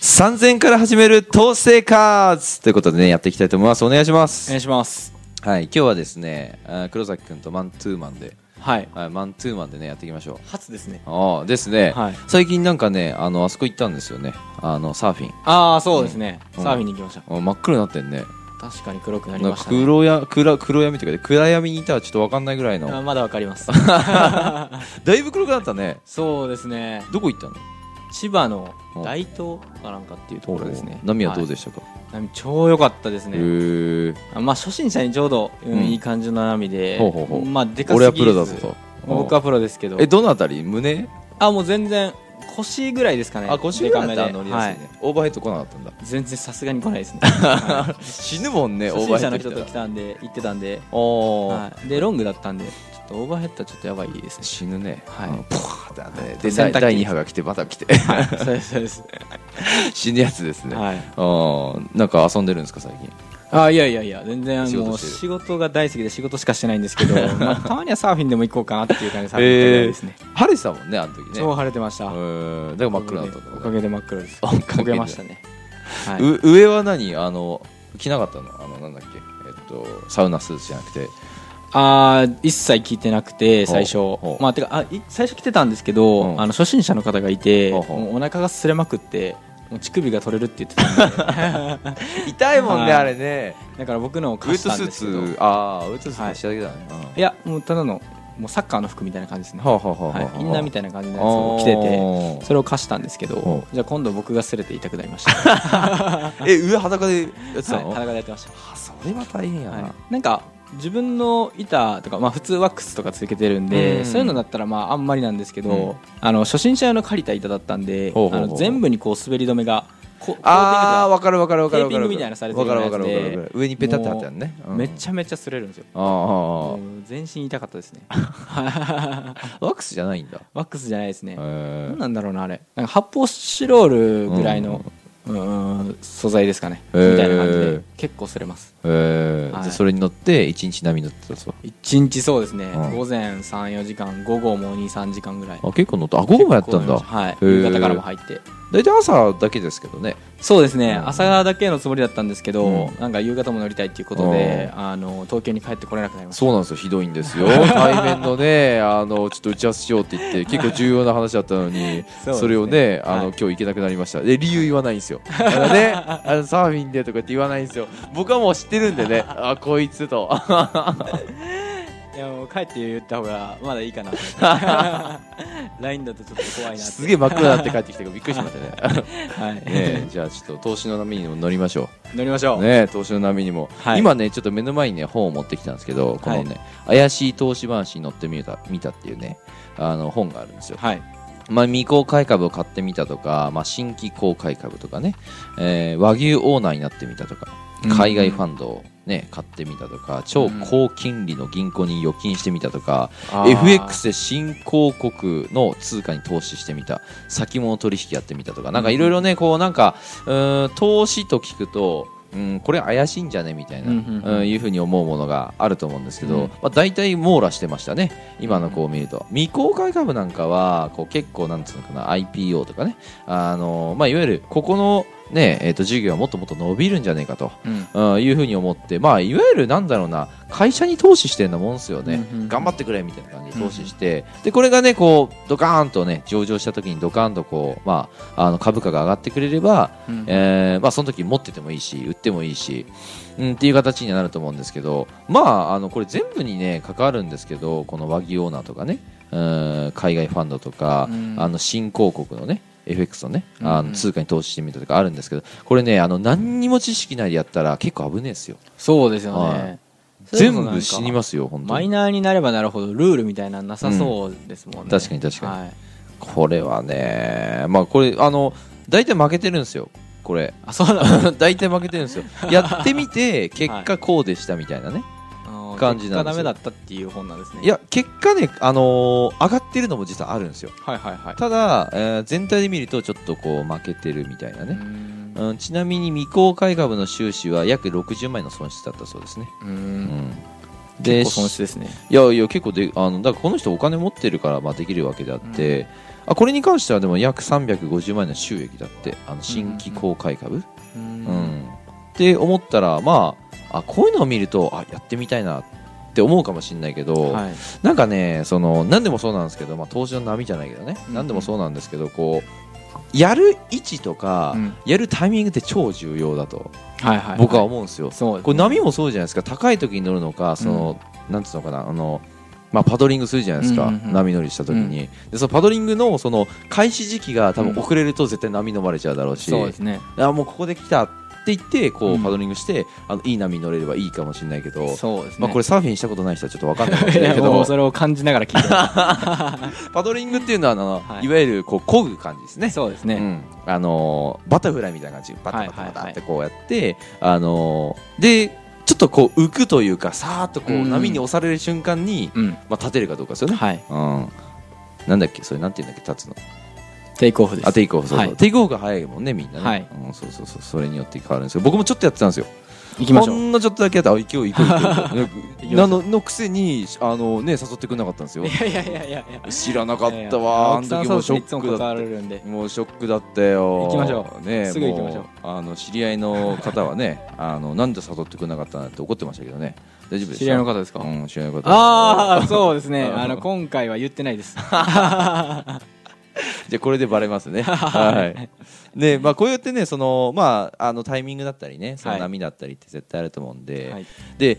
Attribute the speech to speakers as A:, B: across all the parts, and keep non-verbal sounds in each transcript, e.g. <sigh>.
A: 3000円から始める投資生活ということでね、やっていきたいと思います。お願いしま
B: お
A: す。
B: 願いします
A: はい、今日はですね、あー黒崎くんとマンツーマンで、
B: はい
A: はい、マンツーマンでね、やっていきましょう。
B: 初ですね
A: ああ、ですね、
B: はい
A: 最近なんかね、あの、あそこ行ったんですよね。あの、サーフィン。
B: ああそうですね、
A: うん
B: サーフィンに行きました
A: あ真っ黒になってんね。
B: 確かに黒くなり
A: なん
B: ま
A: か
B: したね
A: 黒や、暗、黒闇っていうか、暗闇にいたらちょっとわかんないぐらい
B: あ
A: の。
B: まだわか
A: <laughs>
B: ります
A: だいぶ黒くなったね。
B: そうですね
A: どこ行ったの
B: 千葉の大東かなんかっていうところですね
A: おー波はどう
B: す
A: でしたか、
B: 波超良かったです
A: へ
B: ね
A: ー
B: あまあ初心者にちょうど、うん
A: うん
B: いい感じの波で
A: ほうほうほう
B: まあでかすぎ
A: 俺
B: ず
A: はプロだぞと。
B: 僕はプロですけど
A: え、どのあたり胸
B: あもう全然腰ぐらいですかね
A: あ、腰ぐらいだったら
B: でか
A: 乗
B: め
A: り
B: で
A: やすいね。オーバーヘッド来なかったんだ。
B: はい全然さすがに来ない
A: <laughs>
B: ですねはい
A: 死ぬもんね、オ
B: 初
A: ーバ
B: 心
A: ーヘ
B: 者
A: ッ
B: の
A: ド来た
B: 人と
A: ら
B: 来。たんで行ってたんで
A: おー
B: はい、でロングだったんでちょっとオーバーヘッドはちょっとやばいですね
A: 死ぬね。
B: はい
A: あのポワーってなってね。で、
B: 洗濯機
A: 第2波が来て、また来て。
B: はい <laughs> そうですそうです、
A: 死ぬやつ <laughs> ですね。
B: はい、
A: ああ、なんか遊んでるんですか、最近。
B: あいやいやいや全然
A: 仕事
B: もう
A: してる
B: 仕事が大好きで仕事しかしてないんで
A: <laughs>
B: すけど、まあ、たまにはサーフィンでも行こうかなっていう感じでサーフィン行ったぐらいですね、
A: 晴れてたもんね、あの時ね。
B: 超晴れてました、
A: うん。だから真っ黒だったんだ
B: おかげで真っ黒です
A: あ関係ない
B: 焦げましたね、はい、
A: う上は何あの着なかったのあのなんだっけえっとサウナスーツじゃなくて
B: あー一切聞いてなくて最初
A: ほうほう
B: まあてかあい最初来てたんですけど、
A: うん
B: あの初心者の方がいて
A: ほうほう
B: もうお腹がすれまくってもう乳首が取れるって言ってたんで
A: 痛いもんね、
B: はい
A: あれね
B: だから僕のを
A: ウェ
B: 貸
A: ッ
B: し
A: ト
B: たん
A: スー
B: ですけど
A: ツああウェットスーツしただけだね、
B: いやもうただのもうサッカーの服みたいな感じですね、
A: はあ、はあはあはあ
B: はい、インナーみ
A: た
B: たいな感じのやつを着ててそれを貸したんですけ
A: ほ
B: どじゃあ今度僕が擦れて痛くなり
A: <laughs>
B: ました、は
A: え上裸でやってたの、
B: い、裸でやってまし
A: あそれは大変や
B: た、
A: な、
B: はい、なんか自分の板とか、まあ、普通ワックスとかつけてるん
A: う
B: で、
A: ん
B: そういうのだったらまああんまりなんですけど、
A: うん
B: あの初心者用の借りた板だったんで
A: ほうほうほう
B: あの全部にこう滑り止めがこうコーティングと
A: ああ
B: か
A: 分かる分かる分かる分かる
B: テーピングみたいなされて
A: わ
B: る
A: か
B: よう
A: る
B: な
A: 分
B: やつ
A: か
B: で
A: る分かる分かる上にペタって貼ってあるね、
B: めち
A: ゃ
B: ゃめちゃ擦れるんですよ
A: あああ
B: もう全身痛かったで
A: <laughs>
B: すね <laughs>
A: あワックスじゃないんだ
B: ワックスじゃないですね、
A: へー
B: なんなんだろうなあれなんか発泡スチロールぐらいの、うんうん素材ですかね、
A: へー
B: みたいな感じで結構擦れます
A: えー
B: はい
A: じゃあそれに乗って一日波乗ってたそう
B: 一日そうですね、
A: うん
B: 午前34時間午後も23時間ぐらい
A: あ結構乗ったあ午後もやったん
B: 結構乗りま
A: だ
B: したはい
A: へー
B: 夕方からも入って
A: 大体朝だけですけどね
B: そうですね、
A: うん
B: 朝だけのつもりだったんですけど、
A: うん
B: なんか夕方も乗りたいっていうことで、
A: う
B: あの東京に帰ってこれなくなりました
A: そうなんですよひどいん
B: <laughs>
A: ですよ対面のねあのちょっと打ち合わせしようって言って結構重要な話だったのに
B: そ
A: そ,、
B: うですね
A: れをねあの、
B: はい
A: 今日行けなくなりましたで理由言わないんですよだからねあのサーフィンでとかって言わないんですよ僕はもう知ってるんで
B: <laughs>
A: ねあこいつと
B: いやもう帰って言った方がまだいい <laughs> かなと思って LINE だとちょっと怖いなって
A: すげえ真っ暗になって帰ってきたからびっくりしましたね
B: <laughs> はい、
A: ねじゃあちょっと投資の波にも乗りましょ
B: 乗りましょ
A: う
B: う、
A: ね投資の波にも、
B: はい
A: 今ねちょっと目の前にね本を持ってきたんですけどこのね、怪しい投資話に乗ってみた見たっていうねあの本があるんですよ
B: はい
A: まあ、未公開株を買ってみたとか、まあ、新規公開株とかね、えー和牛オーナーになってみたとか
B: うん
A: 海外ファンドを、ね、買ってみたとか超高金利の銀行に預金してみたとか、
B: あー
A: FX で新興国の通貨に投資してみた先物取引やってみたとかなんかいろいろねこうなんかうーん投資と聞くとうん、これ怪しいんじゃねみたいな、う
B: うんんうんうん
A: いうふうに思うものがあると思うんですけど、
B: うん
A: まあ、大体網羅してましたね今のこう見ると未公開株なんかはこう結構なんつうのかな IPO とかねあの、まあ、いわゆるここの、ねえー、と事業はもっともっと伸びるんじゃねえかと
B: うん
A: うん、いうふうに思って、まあ、いわゆるなんだろうな会社に投資してるようなもんですよね、
B: うんうんうん
A: 頑張ってくれみたいな感じで投資して、でこれがねこうドカーンとね上場した時にドカーンとこう、まあ、あの株価が上がってくれれば、
B: うん
A: えーまあ、その時持っててもいいし売ってもいいし、うん、っていう形にはなると思うんですけど、まあ、あのこれ全部にね関わるんですけどこの和牛オーナーとかね、うん、海外ファンドとか、
B: うん
A: あの新興国のね FX のねあ
B: うんう
A: の
B: ん
A: 通貨に投資してみたとかあるんですけどこれねあの何にも知識ないでやったら結構危ねえですよ
B: そうですよね、
A: はい全部死にますよ本当
B: マイ
A: に
B: ナーになればなるほどルールみたいなのなさそうですもんね、
A: うん確かに確かに
B: はい、
A: これはねまあこれあの大体負けてるんですよこれ <laughs>
B: あそうなんだ
A: 大体負けてるんですよやってみ
B: <laughs>
A: て結果こうでしたみたいなね、
B: あー
A: 感じなんですよ
B: 結果ダメだったっていう本なんですね
A: いや結果ね、あのー上がってるのも実はあるんですよ
B: はいはいはい
A: ただ、えー全体で見るとちょっとこう負けてるみたいな
B: う
A: ね、
B: ん
A: うん、ちなみに未公開株の収支は約60万円の損失だったそうですね、
B: う
A: うん
B: ん
A: で
B: 結構損失ですね
A: いやいや結構であのだからこの人お金持ってるからまあできるわけであって、あこれに関してはでも約350万円の収益だってあの新規公開株、
B: う
A: うん、って思ったら、まあ、あこういうのを見るとあやってみたいなって思うかもしれないけど、
B: はい
A: なんかねその何でもそうなんですけど、まあ、投資の波じゃないけどね、
B: うん
A: 何でもそうなんですけどこうやる位置とか、
B: うん
A: やるタイミングって超重要だと
B: はいはい
A: 僕は思うんですよ。
B: そうです
A: これ波もそうじゃないですか高い時に乗るのかその、なんていうのかなあのまあ、パドリングするじゃないですか、
B: うんうんうん
A: 波乗りした時に、でそのパドリングのその開始時期が多
B: う
A: 分
B: ん
A: 遅れると絶対波飲まれちゃうだろうし、
B: そうですね
A: あもうここで来たって言ってこ
B: う
A: うんパドリングして、あのいい波に乗れればいいかもしれないけど、
B: そうですね
A: まあ、これサーフィンしたことない人はちょっと分かんないかもし
B: い
A: れない
B: や
A: け
B: も
A: ど
B: う <laughs> それを感じながら聞いてま
A: パドリングっていうのはあの、
B: はい
A: い、わゆるこう漕ぐ感じですね。
B: すそうです
A: う
B: ね
A: んあのーバタフライみたいな感じバタバタバ
B: はいはい
A: タ
B: はい
A: ってこうやって、あのーでちょっとこう浮くというかさーっとこう
B: うん
A: 波に押される瞬間に、
B: うん
A: まあ、立てるかどうかですよね、
B: はい
A: うん、なんだっけそれなんていうんだっけ立つの
B: テイクオフです
A: あテイクオフそうそう、
B: はい
A: テイクオフが早いもんねみんなね、
B: はい
A: うん、そうそうそうそれによって変わるんですけど僕もちょっとやってたんですよ
B: 行きましょ
A: ほ
B: うん
A: のちょっとだけやったらあ行けよ
B: <laughs>
A: 行けよ行けよ
B: 行きましょ
A: な
B: う
A: ののくせにあの、ね、誘ってくれなかったんですよ
B: いやいやいやいやいや
A: 知らなかったわあ
B: い
A: の
B: やい
A: 時
B: や青
A: もう
B: 木さ
A: シ
B: ん
A: ョ
B: そうですねいつも
A: ックだ
B: 断
A: っ
B: られ
A: た
B: るんで
A: もうショックだったよ
B: 行きましょ
A: う、ね、
B: すぐ行きましょう
A: もあの知り合いの方はね <laughs> あのなんで誘ってくれなかったなんて怒ってましたけどね大丈夫です
B: 知り合いの方ですか
A: うん知り合いの方
B: ああそうですね
A: うん
B: あの今回は言ってないです
A: じゃあこれでバレます
B: <laughs>
A: ね。はい。で、まあこうやってね、そのまああのタイミングだったりね、その
B: はい
A: 波だったりって絶対あると思うんで、
B: はい
A: で、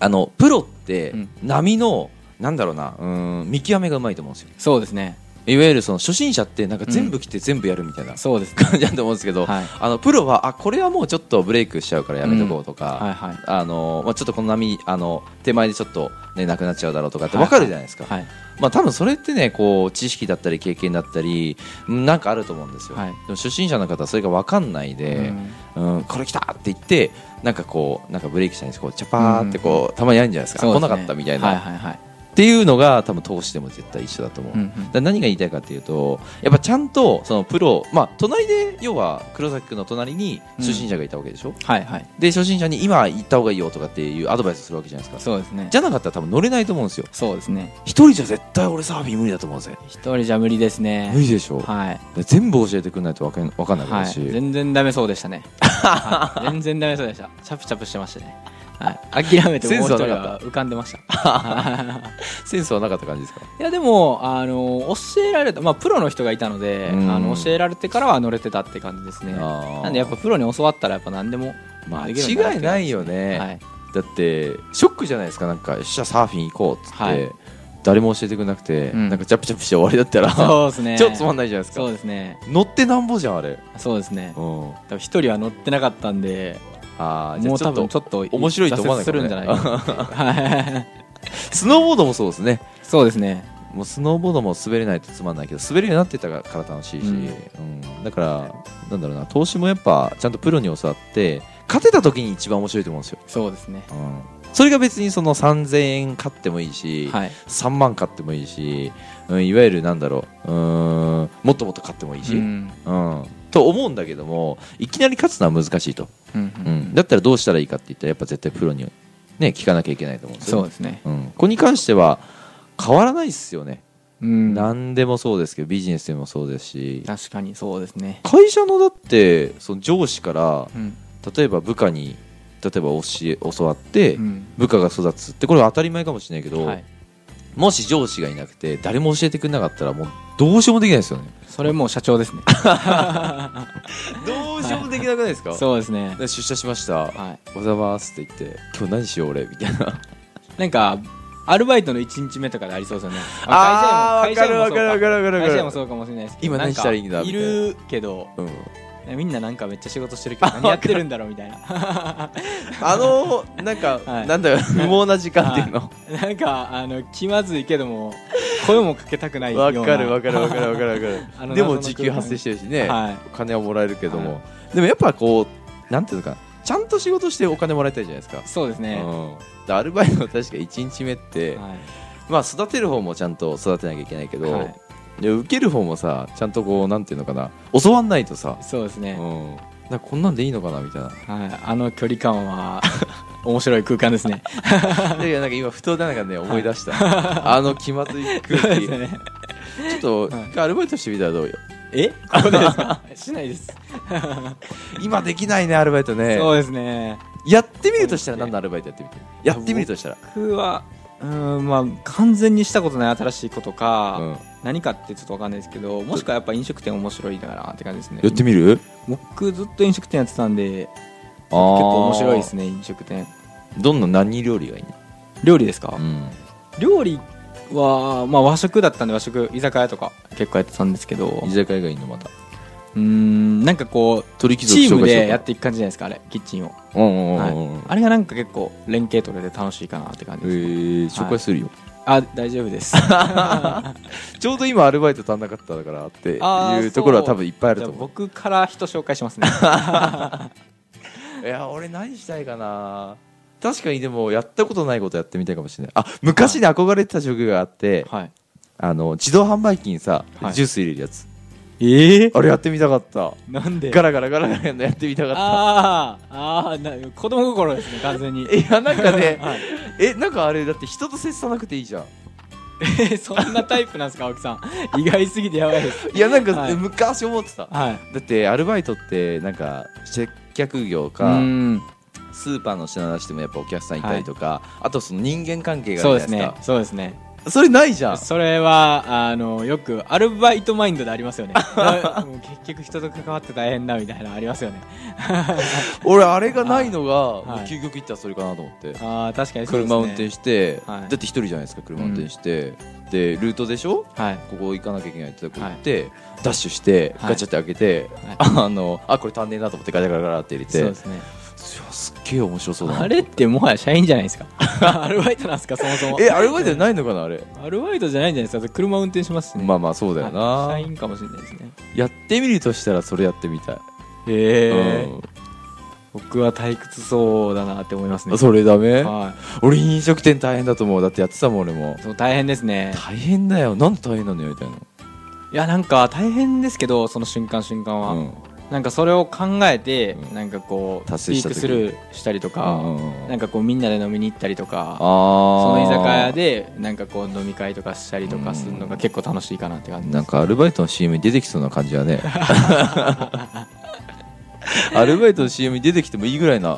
A: あのプロって
B: うん
A: 波の、なんだろうな、うーん見極めがうまいと思うんですよ。
B: そうですね
A: いわゆるその初心者ってなんか全部来て全部やるみたいな
B: そうですね
A: 感じだと思うんですけど、
B: はい
A: あのプロはあこれはもうちょっとブレイクしちゃうからやめとこうとか。
B: はいはい
A: あのまあ、ちょっとこの波あの手前でちょっと、ね、なくなっちゃうだろうとかって分かるじゃないですか、
B: はい
A: まあ、多分それってねこう知識だったり経験だったりうんなんかあると思うんですよ、
B: はい
A: でも初心者の方はそれが分かんないで、うんこれ来たって言ってなんかこうなんかブレーキしたんですこうチャパーってこう、たまにあるんじゃないですか
B: そう
A: 来
B: ですね
A: なかったみたいな、
B: はいはいはい
A: っていうのが多分投資でも絶対一緒だと思う、
B: うんう
A: だ
B: ん
A: から何が言いたいかっていうとやっぱちゃんとそのプロ、まあ、隣で要は黒崎君の隣に初心者がいたわけでしょ、
B: はいはい
A: で初心者に今行った方がいいよとかっていうアドバイスするわけじゃないですか
B: そうですね
A: じゃなかったら多分乗れないと思うんですよ
B: そうですね
A: 一人じゃ絶対俺サーフィン無理だと思うぜ
B: 一人じゃ無理ですね
A: 無理でしょう、
B: はい
A: で全部教えてくれないとわかんわかんなくな
B: は
A: る
B: い
A: し、
B: 全然ダメそうでしたねはい全然ダメそうでしたチャプチャプしてましたねはい諦めても
A: セン
B: う一人
A: スはなか
B: は浮かんでました
A: センスはなかった感じですか
B: いやでもあの教えられたまあプロの人がいたので
A: うん
B: あの教えられてからは乗れてたって感じですね
A: あー
B: なんでやっぱプロに教わったらやっぱ何でも
A: 間
B: できるよう
A: 違
B: になる
A: いないよね、
B: はい
A: だってショックじゃないですかなんかよっしゃサーフィン行こうっつって、
B: はい
A: 誰も教えてくれなくて、
B: うん
A: なんかチャプチャプして終わりだったら、
B: そうですね
A: <laughs> ちょっとつまんないじゃないですか
B: そうですね
A: 乗ってなんぼじゃんあれ、
B: そうですね
A: うん、あ
B: 多分一人は乗ってなかったんで
A: あーじゃ
B: も
A: あ
B: う
A: ちょ
B: 多
A: っと
B: 分ちょっと
A: 面白いと思わない
B: 挫
A: かもね
B: 折するんじゃないかな
A: スノーボードもそうですね
B: そうですね
A: もうスノーボードも滑れないとつまんないけど滑れるようになってたから楽しいし、
B: う
A: うんんだからなんだろうな投資もやっぱちゃんとプロに教わって勝てた時に一番面白いと思うんですよ、
B: そうですね
A: うん、それが別にその3000円勝ってもいいし、
B: はい
A: 3万買ってもいいし、うん、いわゆるなんだろううーんもっともっと買ってもいいし、
B: う
A: うん
B: ん
A: と思うんだけどもいきなり勝つのは難しいと、
B: うん
A: うん
B: うん
A: だったらどうしたらいいかって言ったらやっぱ絶対プロに、ね、聞かなきゃいけないと思うんです
B: そ
A: よ
B: うですね
A: うん、ここに関しては変わらないですよね、
B: うん
A: 何でもそうですけどビジネスでもそうですし
B: 確かにそうですね
A: 会社のだってその上司から
B: うん
A: 例えば部下に例えば教え教わって、
B: うん
A: 部下が育つってこれは当たり前かもしれないけど、
B: はい
A: もし上司がいなくて誰も教えてくれなかったらもうどうしようもできないですよね
B: それもう社長ですね
A: どうしようもできなくないですか
B: <laughs> そうですね
A: で出社しました、おはよ
B: はいう
A: ございますって言って今日何しよう俺みたいな
B: なんかアルバイトの1日目とかでありそうですよね
A: あー
B: 会社員も
A: わかるわかるわかるわかるわかる
B: 会社員もそうかもしれないですけど
A: 今何したらいいんだ
B: なかいるけど
A: うん、
B: みんななんかめっちゃ仕事してるけど何やってるんだろうみたいな <laughs>
A: あのなんか、
B: はい
A: なんだよ不毛な時間っていうの
B: なんかあの気まずいけども声もかけたくないよ
A: わ
B: うな
A: かるわかるわかるわかるわか
B: あ
A: る
B: の
A: でも時給発生してるしね、
B: はい
A: お金はもらえるけども、
B: は
A: でもやっぱこうなんていうのかなちゃんと仕事してお金もらいたいじゃないですか、
B: そうですね、
A: うんでアルバイトの確か1日目って、
B: はい
A: まあ育てる方もちゃんと育てなきゃいけないけど、
B: はい
A: で受ける方もさちゃんとこうなんていうのかな教わんないとさ、
B: そうですね、
A: うんなんかこんなんでいいのかなみたいな
B: はい、あの距離感は <laughs> 面白い空間ですね。
A: いやいやなんか今ふとなんかね思い出 <laughs> したあの気まずい空気ちょっと
B: はい
A: 一回アルバイトしてみたらどうよ
B: <laughs> えここでで
A: <laughs>
B: すかしないです。
A: 今できないねアルバイトね
B: そうですね。
A: やってみるとしたら何のアルバイトやってみてやってみるとしたら
B: 僕は、うーん、まあ、完全にしたことない新しいことか、
A: うん
B: 何かってちょっとわかんないですけど、もしくはやっぱ飲食店面白いだからって感じですね。
A: やってみる
B: 僕ずっと飲食店やってたんで、
A: 結
B: 結構面白いですね、飲食店。
A: どんな何料理がいいの
B: 料理ですか、
A: うん
B: 料理は、まあ和食だったんで和食、居酒屋とか結構やってたんですけど
A: 居、酒屋がいいのまた
B: うーん、なんかこう、
A: 鳥貴族
B: チームでやってていく感じじゃないですか、あれ、キッチンを。
A: うんうんう
B: はい
A: んうん
B: あれがなんか結構連携取れて楽しいかなって感じ
A: え
B: です、
A: ー紹介するよ
B: あ大丈
A: <laughs>
B: 夫です
A: ちょうど今アルバイト足んなかったからって
B: あー
A: いうところは多分いっぱいある
B: じゃ
A: と
B: あ
A: 思
B: 僕から人紹介
A: <laughs>
B: しますね
A: ういや俺何したいかな確かにでもやったことないことやってみたいかもしれないあ昔に憧れてた職業があって
B: はい
A: あの自動販売機にさ
B: はい
A: ジュース入れるやつ
B: ええ
A: あれやってみたかった
B: なんで
A: ガラガラガラガラやんのやってみたかった
B: あーあーな子供心ですね完全に
A: いやなんかね
B: はい
A: えなんかあれだって人と接さなくていいじゃん
B: えそんなタイプなんですか青木さん意外すぎてやばいです
A: いやなんか、
B: はい
A: 昔思ってた
B: はい
A: だってアルバイトってなんか接客業
B: う
A: か
B: ーん
A: スーパーの品出してもやっぱお客さんいたりとか、あとその人間関係が
B: そ
A: あ
B: う
A: る
B: で
A: じゃ
B: す
A: ないです
B: ね
A: か
B: そうですね
A: それないじゃん
B: それはあのよくアルバイトマインドであります
A: <laughs>
B: よねあもう結局人と関わって大変だみたいなのありま
A: <laughs>
B: すよね
A: 俺あれがないのが、
B: い
A: もう究極いったらそれかなと思って、
B: あー確かにそうです
A: 車
B: ね
A: 運転して、
B: はい
A: だって一人じゃないですか車運転して、でルートでしょ
B: はい
A: ここ行かなきゃいけないってとこ行って、ダッシュして
B: はい
A: ガチャって開けて、あのあこれ足んねえなと思ってガチャガラガラって入れて
B: そうですね
A: いやすっげえ面白そうだな
B: あれってもはや社員じゃないですか <laughs> アルバイトなんですかそもそも
A: えアルバイトじゃないのかなあれ
B: アルバイトじゃないんじゃないですか車運転しますしね
A: まあまあそうだよ
B: は
A: ない
B: 社員かもしれないですね
A: やってみるとしたらそれやってみたい、
B: へ
A: うん
B: 僕は退屈そうだなって思いますね
A: あそれダメ
B: は
A: 俺飲食店大変だと思うだってやってたもん俺も
B: いそう大変ですね
A: 大変だよなんで大変なのよみたいない
B: やなんか大変ですけどその瞬間瞬間は、
A: うん
B: なんかそれを考えて、
A: うん
B: なんかこう
A: 達成した
B: ピー
A: 時
B: クスルーしたりとか、なんかこうみんなで飲みに行ったりと
A: あ
B: かそ
A: ー
B: の居酒屋でなんかこう飲み会とかしたりとかするのが結構楽しいかなって感じです
A: なんかアルバイトの CM に出てきそうな感じだ
B: <laughs>
A: ねアルバイトの CM に出てきてもいいぐらいな、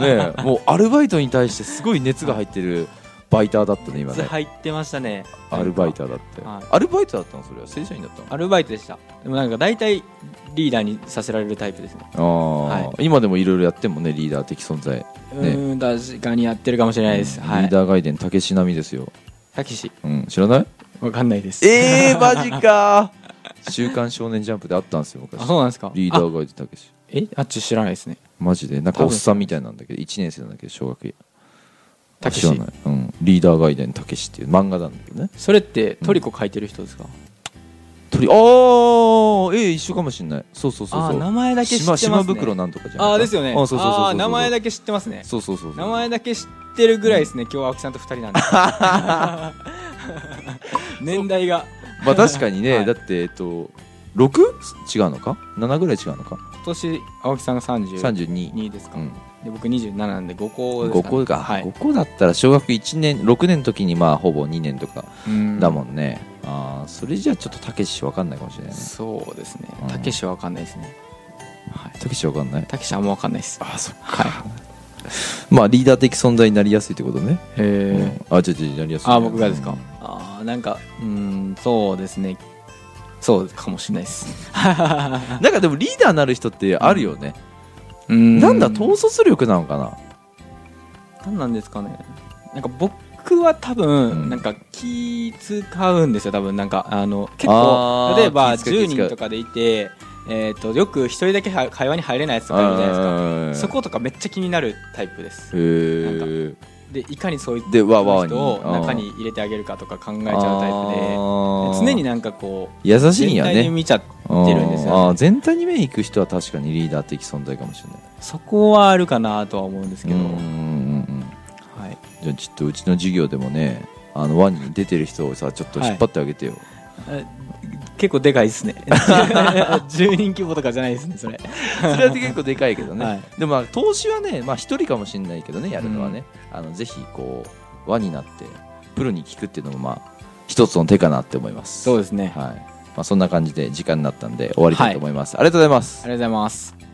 A: ねえ、もうアルバイトに対してすごい熱が入ってるバイターだったね今
B: 靴
A: ね
B: 入ってましたね
A: アルバイターだって、
B: はい
A: アルバイトだったのそれは正社員だったの
B: アルバイトでしたでもなんか大体リーダーにさせられるタイプですね
A: ああ、
B: は
A: 今でもいろいろやってんもんねリーダー的存在、
B: うーん確かにやってるかもしれないです
A: うん
B: は
A: リ
B: い
A: ーダー外伝たけしなみですよ、
B: たけし
A: うん、知らない
B: わかんないです
A: ええー、マジかー週刊少年ジャンプであったんですよ
B: あ
A: 昔
B: そうなんですか
A: リーダ
B: あ
A: ーガイドたけし
B: えあっち知らないですね
A: マジでなんか
B: 多
A: おっ
B: 分
A: さんみたいなんだけど1年生なんだけど小学
B: た
A: 生
B: け
A: 知ら
B: し
A: ない、うん、リーダーガイデンたけしっていう漫画なんだけどね
B: それってトリコ書いてる人ですか
A: 鳥あーええ一緒かもしんないそうそうそう
B: あ
A: そ
B: ー
A: う
B: 名前だけ知って
A: 島
B: ますね
A: 島袋なんとかじゃない
B: あーですよね
A: あそうそうそうそう
B: あー名前
A: だ
B: だけ知ってますね
A: そうそうそうそう
B: 名前だけ知ってるぐらいですね今日は青木さんと二
A: <laughs>
B: 人なんで年代が
A: まあ確かにね、
B: <laughs> はい
A: だってえっと 6? 違うのか7ぐらい違うのか
B: 今年青木さんが32
A: 32、
B: ですか
A: うん、
B: で僕27なんで5個で
A: 5
B: すね
A: 個か、
B: はい
A: 5個だったら小学1年6年の時にまあほぼ2年とか
B: うん
A: だもんね、ああそれじゃちょっとたけしわかんないかもしれないね
B: そうですね
A: うん。
B: たけしはわかんないですね。はい。
A: たけしわかんない
B: たけしはあんまわかんないです。
A: あそっか
B: はい。
A: まあリーダー的存在になりやすいってことね、
B: へえ。
A: うんあちょちょなりやすいね、
B: あ、僕がです
A: う
B: か
A: ん。
B: あー、なんか、うーん、そうですね。そうかもしれな
A: <laughs>
B: いです。
A: なんかでもリーダーになる人ってあるよね、
B: な
A: なんだ統率力なのかな
B: なんなんですかね。なんか僕は多分、
A: うん
B: なんか気使うんですよ。多分なんかあの結
A: あ
B: 構
A: ー
B: 例えば
A: 気使う気
B: 10
A: 使う
B: 人とかでいて、えっとよく一人だけは会話に入れないやつとかいるじゃないですか。
A: うん
B: そことかめっちゃ気になるタイプです。
A: へえ
B: でいかにそういった
A: でわわに
B: 人を中に入れてあげるかとか考えちゃうタイプで常に
A: ね
B: なんかこう
A: 優しいん
B: 全
A: や
B: 体に
A: ね
B: 見ちゃってるんです
A: あ
B: よ、
A: ー
B: ね、
A: 全体に目いく人は確かにリーダー的存在かもしれない
B: そこはあるかなとは思うんですけ
A: う
B: ど、
A: んうんうんうん
B: はい、
A: じゃあちょっとうちの授業でもねあのワニに出てる人をさちょっと引っ張ってあげてよ、
B: え結構でかいです
A: <laughs>
B: ね10人規模とかじゃないですねそれ <laughs>
A: それは結構でかいけどね、
B: はい
A: でもまあ投資はね、まあ、一人かもしれないけどねやるのはね、あのぜひこう輪になってプロに聞くっていうのもまあ一つの手かなって思います
B: そうですね、
A: はいまあ、そんな感じで時間になったんで終わりたいと思います、ありがとうございます
B: ありがとうございます